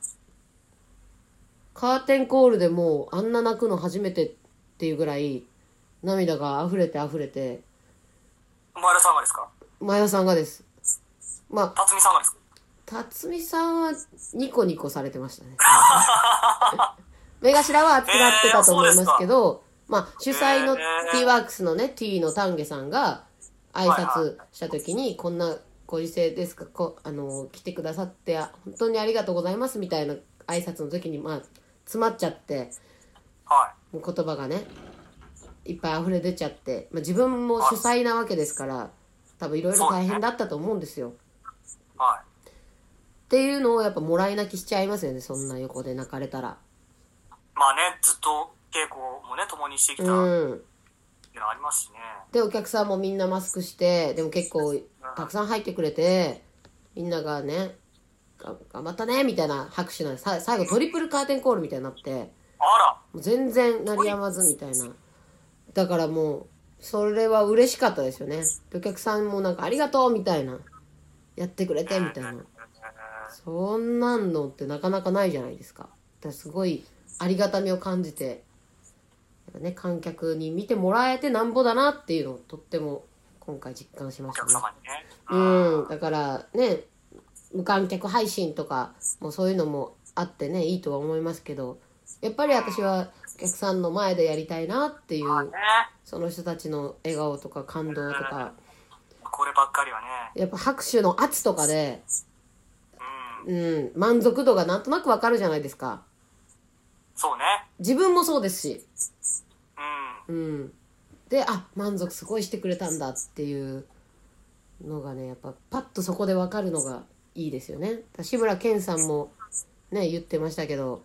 カーテンコールでもうあんな泣くの初めてっていうぐらい涙が溢れて溢れて、
前田さんがですか
前田さんがです。まあ、
辰巳さんがですか
辰巳さんはニコニコされてました ね。目頭は熱くなってたと思いますけど、まあ、主催の
へー
t ワークスのね、T の丹下さんが挨拶した時に、こんなご時世ですか、こあの、来てくださって、あ本当にありがとうございますみたいな挨拶の時に、まあ、詰まっちゃって、
はい。
言葉がね、いっぱい溢れ出ちゃって、まあ、自分も主催なわけですから、多分いろいろ大変だったと思うんですよ。
はい。
っていうのをやっぱもらい泣きしちゃいますよねそんな横で泣かれたら
まあね、ずっと稽古もね、共にしてきたっていう
うん
のありますしね。
でお客さんもみんなマスクしてでも結構たくさん入ってくれてみんながねが頑張ったねみたいな拍手なんでさ最後トリプルカーテンコールみたいになっても
あ
う全然鳴りやまずみたいなだからもうそれは嬉しかったですよねでお客さんもなんかありがとうみたいなやってくれて
ら。
みたいな
えー
そんなんのってなかなかないじゃないですか。だからすごいありがたみを感じて、やっぱね、観客に見てもらえてなんぼだなっていうのをとっても今回実感しま
お
した
客
ね。
様にね。
うん、だからね、無観客配信とか、もうそういうのもあってね、いいとは思いますけど、やっぱり私はお客さんの前でやりたいなってい
まあ
う
ね、、
その人たちの笑顔とか感動とか、
こればっかりはね。
やっぱ拍手の圧とかで、
うん。
うん、満足度がなんとなくわかるじゃないですか。
そうね。
自分もそうですし、
うん。
うん、であ満足すごいしてくれたんだっていうのがねやっぱパッとそこで分かるのがいいですよねだから志村けんさんもね言ってましたけど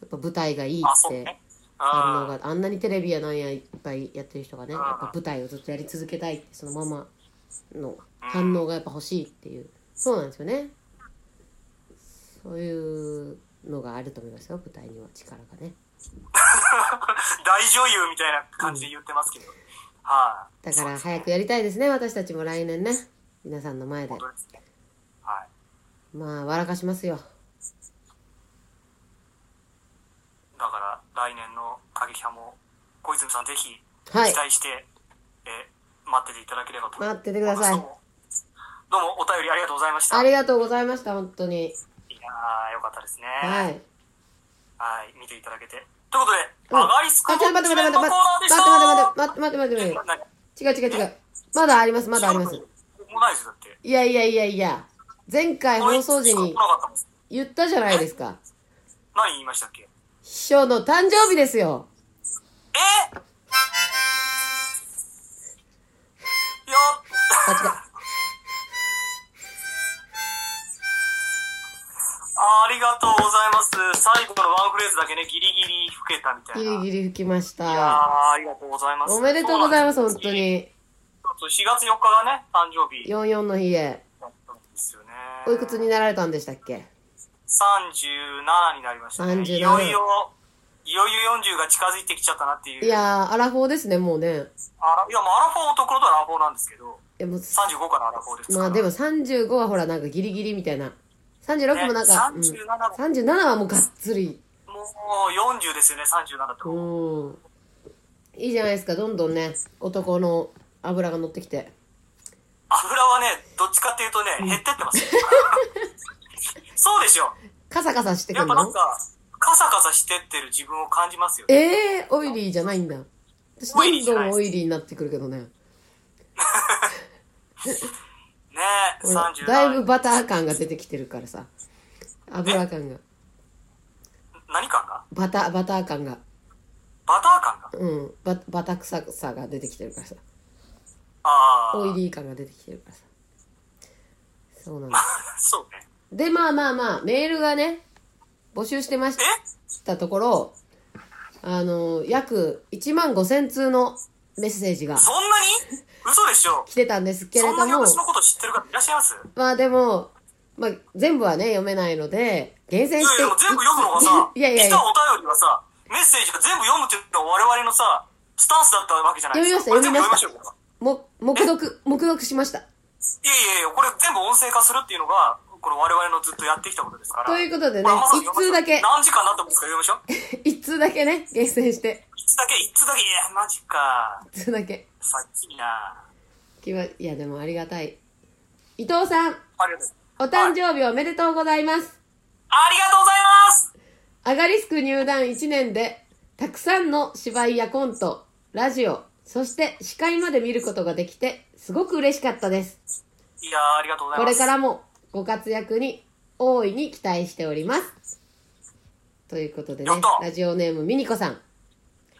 やっぱ舞台がいい
あ、そ
っ
う
て
ね。
反応
うん。
があんなにテレビやなんやいっぱいやってる人がねやっぱ舞台をずっとやり続けたいってそのままの反応がやっぱ欲しいっていうそうなんですよねそういうのがあると思いますよ舞台には力がね
大女優みたいな感じで言ってますけど。はい。
だから早くやりたいですね、私たちも来年ね。皆さんの前で
本。当ですね。はい。
まあ、笑かしますよ。
だから、来年の過激派も、小泉さんぜひ、
はい
期。待して、えー待ってていただければと。
待っててください
どうもどうもお便りありがとうございました。
ありがとうございました、本当に。
いやー、よかったですね。
はい。
はい。見ていただけて。ということで、
うん
アガリスク
あ、
の
ちょっと待って待って待って
コーナーでした
待って待って待って待って待って待って待って待って違う違う違
何
う。まだあります、まだあります。
もうないですよ、だって。
いやいやいやいや。前回放送時
これし
に
か来なかったもん
言ったじゃないですか。
何言いましたっけ
秘書の誕生日ですよ。
えー、いや、
あ、違う。
ありがとうございます。最後のワンフレーズだけね、ギリギリ吹けたみたいな。
ギリギリ吹きまし
い
た。
やーありがとうございます。
おめでとうございます、
そうな
本
んで
当
よ。
に。
4月4日がね、誕生日だ
44の日へ。
ったんですよね。
おいくつになられたんでしたっけ
?37 になりましたね。
37
いよいよ、いよいよ40が近づいてきちゃったなっていう。
いやー、アラフォーですね、もうね。
あらいや、もうアラフォーのところとアラフォーなんですけど、
いやもう
35からアラフォーですから。
まあでも35はほらなんかギリギリみたいな。36もなんか、
ね37も
うん、37はもうがっつり。
もう40ですよね、37って。
うん。いいじゃないですか、どんどんね、男の油が乗ってきて。
油はね、どっちかっていうとね、減ってってますよ。 そうでしょ。
カサカサしてく
やっ
る
ぱなん
の
か、カサカサしてってる自分を感じますよね。
ええー、オイリーじゃないんだ。私ど
オイリー
ん
じゃ
ど
ない
んオイリーになってくるけどね。
ねえ、
ほら
37。
だいぶバター感が出てきてるからさ。油感が。
何感が
バター、バター感が。
バター感が
うん。ババタ臭さが出てきてるからさ。
ああ。
オイリー感が出てきてるからさ。そうなんだ。
そうね。
で、まあまあまあ、メールがね、募集してまし
え
たところ、あの、約1万5千通のメッセージが
そんなに嘘でしょ
来てたんですけれ
そんな
ど
に
も、
私のこと知ってる方いらっしゃいます
まあでも、まあ全部はね、読めないので、厳
い
選
や
し
い
て
や、でも、全部読むのがさ
、いやいやい
来
や
た、お便りはさ、メッセージが全部読むっていうのが我々のさ、スタンスだったわけじゃない
読み
で
ますした、読
か。
みました
こ
も、
れ全部読みましょうこれは。
目読、目読しました。
いやいやいや、これ全部音声化するっていうのが、これ我々のずっとやってきたことですから。
ということでね
これまさに
一通だけ
何時間なったんですか読みましょう。
一通だけね、厳選して、
一通だけ、一通だけ、いや、マジか。
一通だけ。
さっきな。
きわいや、でもありがたい。伊藤さん、
ありがとうございます。
お誕生日おめでとうございます。
ありがとうございます
アガリスク入団1年で、たくさんの芝居やコント、ラジオ、そして司会まで見ることができて、すごく嬉しかったです。
いやー、ありがとうござ
こ
いま
れ
す。
からもご活躍に大いに期待しております。ということでね
やった、
ラジオネームミニコさん。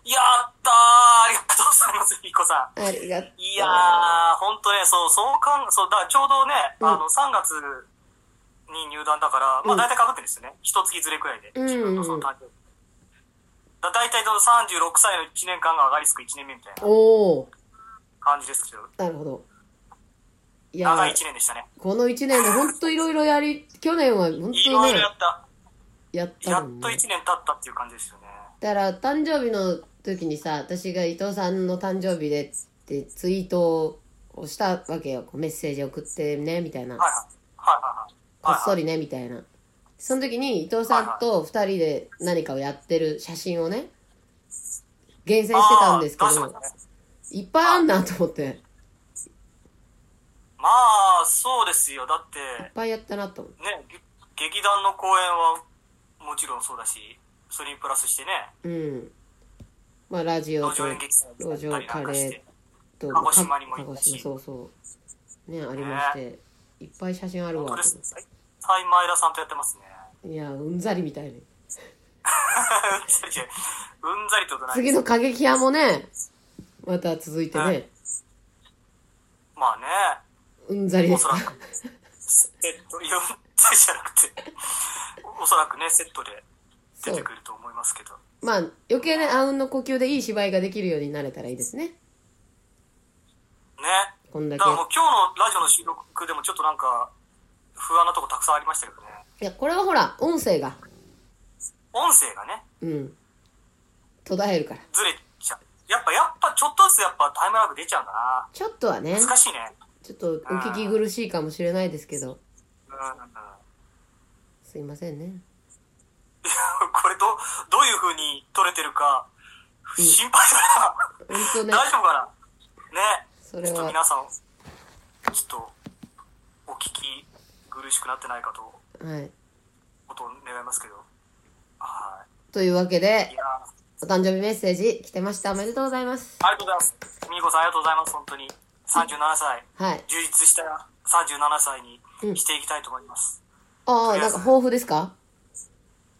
やったーありがとうございます、みこさん。
ありがとう。
いやー、ほんとね、そう、そうかん、そう、だからちょうどね、
うん
あの、3月に入団だから、ま
うん
あ大体かぶってるんですよね。一、月ずれくらいで。
うん
自分のその誕生日。だ大体その36歳の1年間がアガリスク1年目みたいな
おー、
感じですけど、
なるほど。いや
長い
ー
1、年でしたね。
この1年でほんといろいろやり、去年はほんとね
い、ろいろやった。
やっ
や
たも
っ
ん
と1
ね。
年経ったっていう感じですよね。
だから誕生日の時にさ私が伊藤さんの誕生日でってツイートをしたわけよこうメッセージ送ってねみたいな
はいはい。はい
こ
はいはい。
っそりねみたいなその時に伊藤さんと2人で何かをやってる写真をね厳選してたんですけ
あー出
ど
しましたね
いっぱいあんなと思っていっ
まあ、そうですよ。だって、
ぱいやったなと思って
ね、げ劇団の公演はもちろんそうだし、それにプラスしてね、
うんまあラジオ
路
と
上演劇祭だったりなんかして、
と
鹿児島にも
鹿
行っ
児
たし
島そうそうねありましていっぱい写真あるわ
本
と
当
思
で
っ
す
て。
タイマイラさんとやってますね。
いやうんざりみたいな
うんざりじゃうんざりってことないで
次
す。
の過激派もね、また続いてね、
まあ
う
ね、
んざりで
お
す
そ
から
く、えっと、いやうんざりじゃなくて、おそらくね、セットで出てくると思いますけど。
まあ、余計ね、あうんの呼吸でいい芝居ができるようになれたらいいですね。
ね。
こんだけ
だから。もう今日のラジオの収録でもちょっとなんか、不安なとこたくさんありましたけどね。
いや、これはほら、音声が、
音声がね、
うん、途絶えるから。
ずれちゃう。やっぱ、やっぱ、ちょっとずつやっぱタイムラグ出ちゃうんだな。
ちょっとはね、
難しいね。
ちょっとお聞き苦しいかもしれないですけど、
うんうんうん。
すいませんね。
これど、どういう風に撮れてるか、
うん
心配だ
ほんとね
な。、大丈夫かなね。
そ
ち
れ
ょっと
は、
皆さん、ちょっと、お聞き苦しくなってないかと、
はい。
ことを願いますけど。は
というわけ
い。い
で、
やー
お誕生日メッセージ来てました。おめでとうございます。
ありがとうございます。みーこさんありがとうございます、本当に。37歳、
はい。
充実した37歳に
うん
していきたいと思います。
ああ、なんか抱負ですか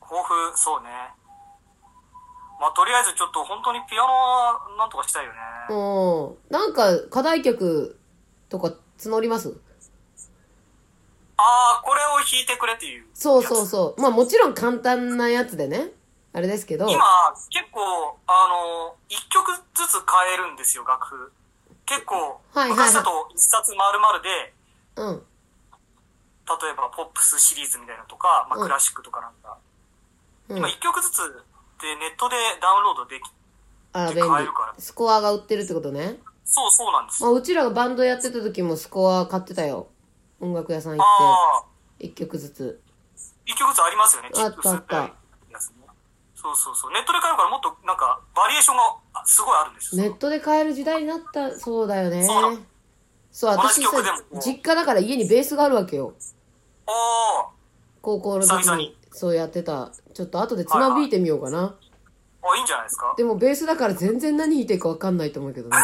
抱負、そうね。まあ、とりあえずちょっと本当にピアノはなんとかしたいよね。
うん。なんか、課題曲とか募ります
ああ、これを弾いてくれっていう。
そうそうそう。まあもちろん簡単なやつでね。あれですけど。
今、結構、あの、一曲ずつ変えるんですよ、楽譜。結構、
はいはいはい
昔だと一冊丸々で、
うん。
例えばポップスシリーズみたいなのとか、ま
うん
あ、クラシックとかなんか、
うん
今。一曲ずつでネットでダウンロードでき、
あら、
買
便利
えるから。
スコアが売ってるってことね。
そうそうなんです
まあ
よ。
うちらがバンドやってた時もスコア買ってたよ。音楽屋さん行っ
ああ、
て。一曲ずつ。
一曲ずつありますよね、
あったあった
チップスてやつね。そうそうそう。ネットで買うからもっとなんかバリエーションがあすごいあるんですよ。
ネットで買える時代になった、そうだよね
そうなの。
そう、私さ
同じ曲で、も
実家だから家にベースがあるわけよ。
おー
高校の時
久々に
そうやってた。ちょっと後でつまびいてみようかな。
あ、いいんじゃないですか
でもベースだから全然何弾いてるか分かんないと思うけ どね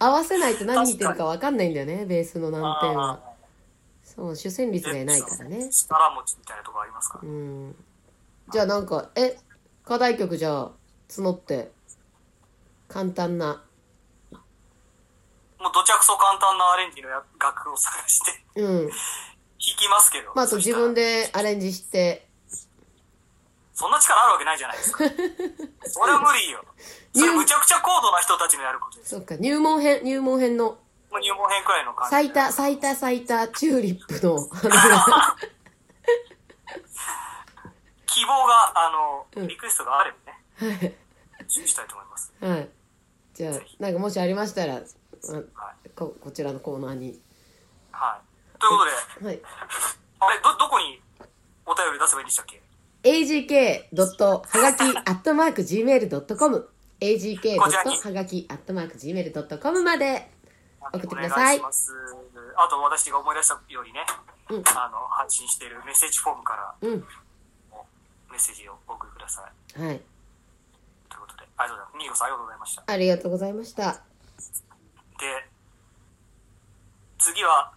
合わせないと何弾いてるか分かんないんだよねベースの難点は
あ
そう主旋律
ー
がいないからね
力持ちみたいなとこありますから
う
ね。
んじゃあなんかえ課題曲じゃあ募って簡単な
もうどちゃくそ簡単なアレンジのや楽譜を探して
うん
弾きますけど。
まああと
そし
自
たら
分でアレンジして
そんな力あるわけないじゃないで すか。それは無理よ。それむちゃくちゃ高度な人たちのやることです。
そっか入門編入門編の
もう入門編くらいの感じ。
咲いた咲いた咲いたチューリップの あ
希望が、あ
うん
の、リクエストがあればね、
のはい
注意したいと思います。
はい。じゃあ、なんかもしありましたら、ま
は
ここちらのコーナーに
はい。ということで、
はい。
あれ、ど、どこにお便り出せばいいんでしたっけ
agk. はがき at mark gmail.com agk.
こちらに
はがき at mark gmail.com まで送ってくだ
お願
さい
しますあと、私が思い出したようにね、
うん
あの、配信しているメッセージフォームから
うん
メッセージをお送りください。
はい
ということで、ありがとうございます。ニーゴさん、ありがとうございました。
ありがとうございました
で、次は、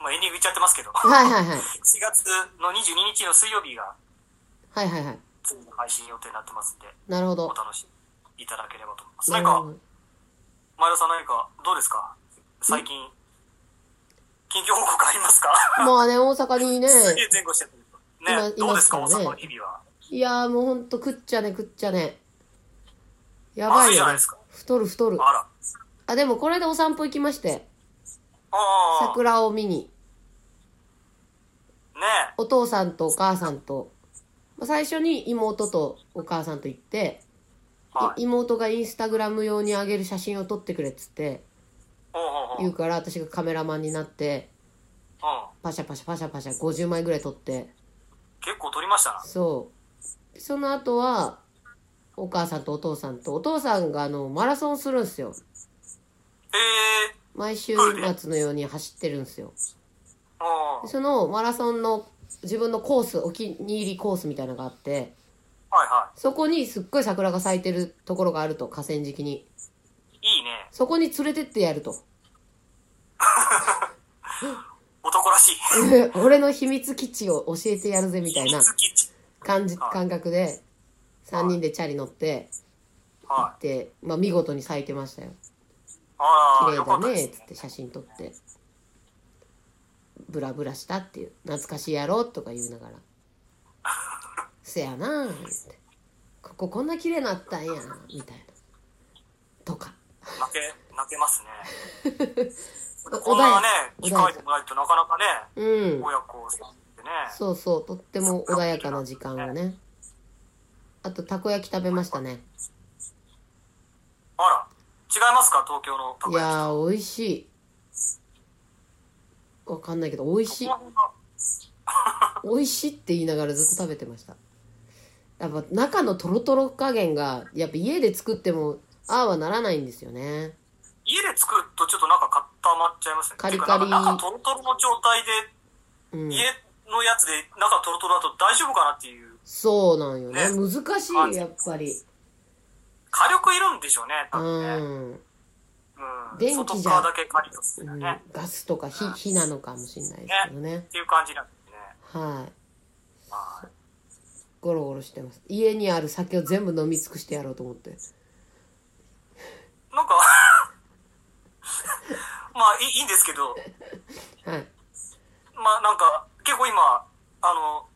まあ、エンディングいっちゃってますけど、4
はいはいはい
月の22日の水曜日が、
はいはいはい
次の配信予定になってますんで、
なるほ
お
ど
楽しみいただければと思います。
な
何
るほ
か、
ど
前田さん何か、どうですか最近、近況報告ありますか
まあね大阪にね
すげえ前後してたけどね、
今
どうですか、
いま
大
すからね
阪の日々は。
いやーもうほんと食っちゃね食っちゃねや
ま
ば
ずい
い
じゃ
よ
ない
ね
ですか。
太る太る
あら。
あでもこれでお散歩行きまして
ああ、
桜を見に
ねえ。
お父さんとお母さんと、まあ、最初に妹とお母さんと行って
はい。
い妹がインスタグラム用に上げる写真を撮ってくれっつって
おうおうおうう
言
ん。
うから私がカメラマンになってパシャパシャパシャパシャ50枚ぐらい撮って
結構撮りましたな。
そうその後はお母さんとお父さんとお父さんがあのマラソンするんすよ
ええ
毎週末のように走ってるんすよ
うん
で。そのマラソンの自分のコースお気に入りコースみたいなのがあって
はいは
そこにすっごい桜が咲いてるところがあると河川敷に
い。いいね。
そこに連れてってやると
男らしい。
俺の秘密基地を教えてやるぜみたい
秘
な
密基地。
感じ、
はい
感覚で、3人でチャリ乗って、行
は
っ
い。
て、まあ見事に咲いてましたよ。
あ
綺
あ、よ
麗
か
だ
った
ね、
です
つっ
ね。
て写真撮って、ブラブラしたっていう、懐かしいやろとか言いながら。せやなぁ、って。こここんな綺麗なったんや、みたいな。とか。
泣け、泣けますね。
お
こんなね、
穏
機
やか
会もないとなかなかね、
うん。
親子さんってね。
そうそう、とっても穏やかな時間をね。あと、たこ焼き食べましたね。
あら。違いますか東京のた
い
こ焼き。
やー、美味しい。わかんないけど、美味しい
こ。の辺が
美味しいって言いながらずっと食べてましたやっぱ中のトロトロ加減がやっぱ家で作ってもああはならないんですよね
家で作るとちょっとなんか固まっちゃいますね。
カリカリ
ていうかなんか中トロトロの状態で
うん
家のやつで中トロトロだと大丈夫かなっていう
そうなんよね
ね
難しいやっぱり
火力いるんでしょうね
う
多分ね、
ん、うん、
うん、
電気じゃ
外側だけカリッとするよね、っ
ガスとか火火なのかもしれないですけどね
ていう感じなんですね
はい
はい
ゴロゴロしてます家にある酒を全部飲み尽くしてやろうと思って
なんか まあいいいいんですけど
はい
まあなんか結構今あの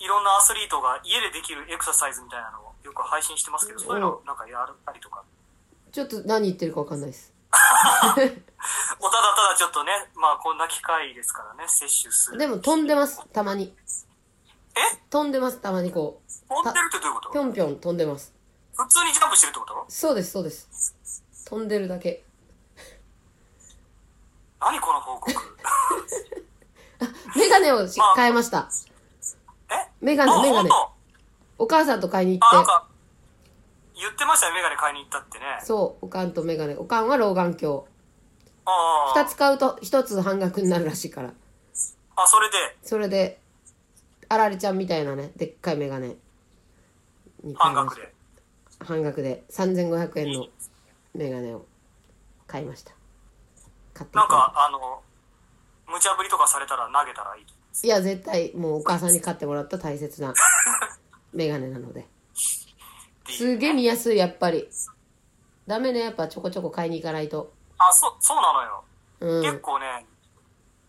いろんなアスリートが家でできるエクササイズみたいなのをよく配信してますけどそういうのをなんかやったりとか
ちょっと何言ってるかわかんないです
もうただただちょっとねまあこんな機会ですからね摂取する
でも飛んでますたまに
え
飛んでますたまにこう
飛んでるってどういうこ
ぴ
と
ょんぴょん飛んでます
普通にジャンプしてるってこと
そうですそうです飛んでるだけ
何この報告
メガネをし
あ
変えました
え
メ
あ、
ガネメガ
ほん
ネ
と
お母さんと買いに行
あ、なん
っ
か、言ってましたね、メガネ買いに行ったってね。
てそうおかんとメガネおかんは老眼鏡
あ
2
あ
つ。買うと1つ半額になるらしいから
あ、それで、
それであられちゃんみたいなねでっかいメガネに
半
いまし
額
た
で。
半額で3500円のメガネを買いました買ってき
なんか
た、
あの、無茶ぶりとかされたら投げたらいい。
いや絶対もうお母さんに買ってもらった大切なメガネなので
ってい
す
う
げえ見やすいやっぱりダメねやっぱちょこちょこ買いに行かないと
あ、そう、そうなのよ。
う
結
ん
構ね、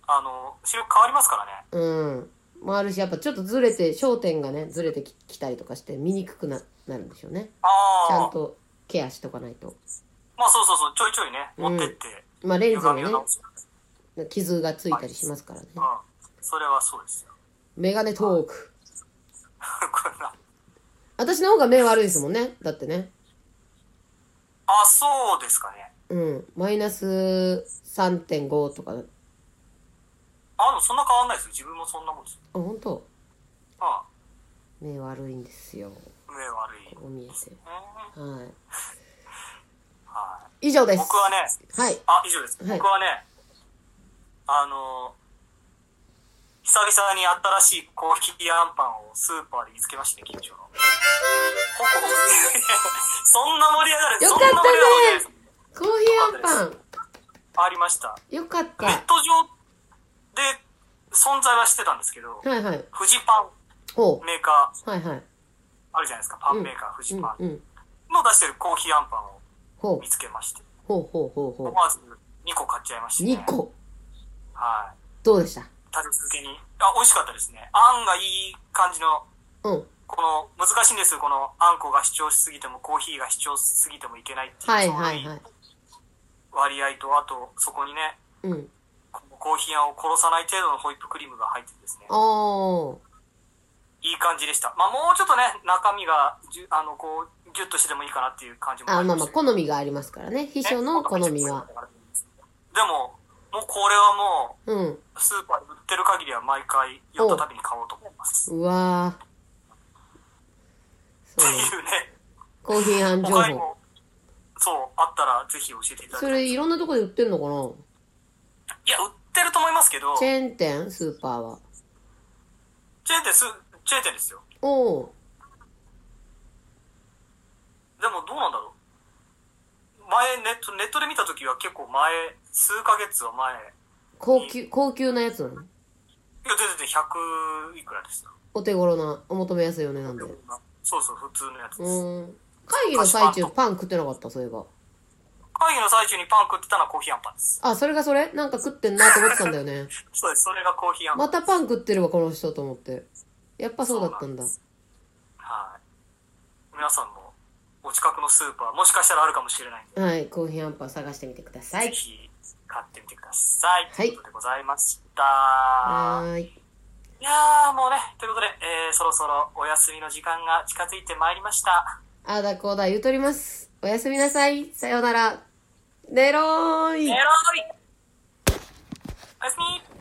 あの、視力変わりますからね。
うんもあるしやっぱちょっとずれて焦点がねずれてききたりとかして見にくくななるんでしょうねちゃ
あ
ん
あ。
とケアしとかないと
まあそうそうそう、ちょいちょいね、持ってって、
まあレンズも
を直す。
ね傷がついたりしますからね
うん。それはそうですよ。
メガネトーク
これな
私の方が目悪いですもんねだってね
あ、そうですかね。
うんマイナス3.5とか
あ、でもそんな変わんないですよ。自分もそんなもんですよ。
あ本当
あ
目悪いんですよ
あ、目悪い。
こう見えて
うんは
はいい以上です
僕はね、
はい
あ、以上です。
はい
僕はね、あのー久々に新しいコーヒーアンパンをスーパーで見つけましたね、近所の。 ほほそんな盛り上がる、
よか
そ
っ
んな
たね
盛り
コ
上がる。
ーヒーアンパ
ありました。
ンよかっ
ネッ
た
ト上で存在はしてたんですけど、
はいはい
フジパ
おう
ンメーカー
はいはい
あるじゃないですか、パンメーカー、フジ
う
パン
んうん
の出してるコーヒーアンパンを
ほ
見
う
つけまして、
ほうほうほうほ
思
う
わず2個買っちゃいました、
2
ね。
個
はい。
どうでした
立て続けに。あ、美味しかったですね。あんがいい感じの、
うん
この、難しいんですよ。この、あんこが主張しすぎても、コーヒーが主張しすぎてもいけないっていう、
はい
ちょうど
はいはい
割合と、あと、そこにね、
うん
このコーヒーあんを殺さない程度のホイップクリームが入っててですね。
おー
いい感じでした。まあ、もうちょっとね、中身がじゅ、あの、こう、ギュッとしてでもいいかなっていう感じも
あ
り
まあ
ま
ま
し
あ
たけど
好みがありますからね秘書の好みは。
でも、もうこれはも
うん
う、スーパーで売ってる限りは毎回、寄ったたびに買おうと思います。
うわー
って
そうね
いうね、
コーヒーアン情
他に
報
も、そう、あったらぜひ教えていただき
そ
た
れ
い。
いろんなとこで売ってんのか
いや、売ってると思いますけど、
な
チ
チ
ェ
ェーン店スーパーは
ーン店す、チェーン店ですよ。
おお
でもどうなんだろう。前、ネット、ネットで見たときは結構前、数ヶ月は前、
高級高級なやつなの
いや、全然100いくらですよ。
お手頃なお求めやすいよねなんでう
そうそう、普通のやつです。
ーん会議の最中パン食ってなかったそういえば
会議の最中にパン食ってたのはコーヒーアンパンです。
あそれがそれなんか食ってんなと思ってたんだよね
そうです、それがコーヒーアンパン。
またパン食ってるわこの人と思ってやっぱそうだったんだ
はい。皆さんも、お近くのスーパー、もしかしたらあるかもしれないんで、
はいコーヒーアンパン探してみてくださ
ぜ
い
ひ買ってみてください。
はい
ということでございました。
はーい
いやー、もうね、ということで、えー、そろそろお休みの時間が近づいてまいりました。
あーだこーだ言うとりますおやすみなさいさようなら寝ろーい
エロいおやすみ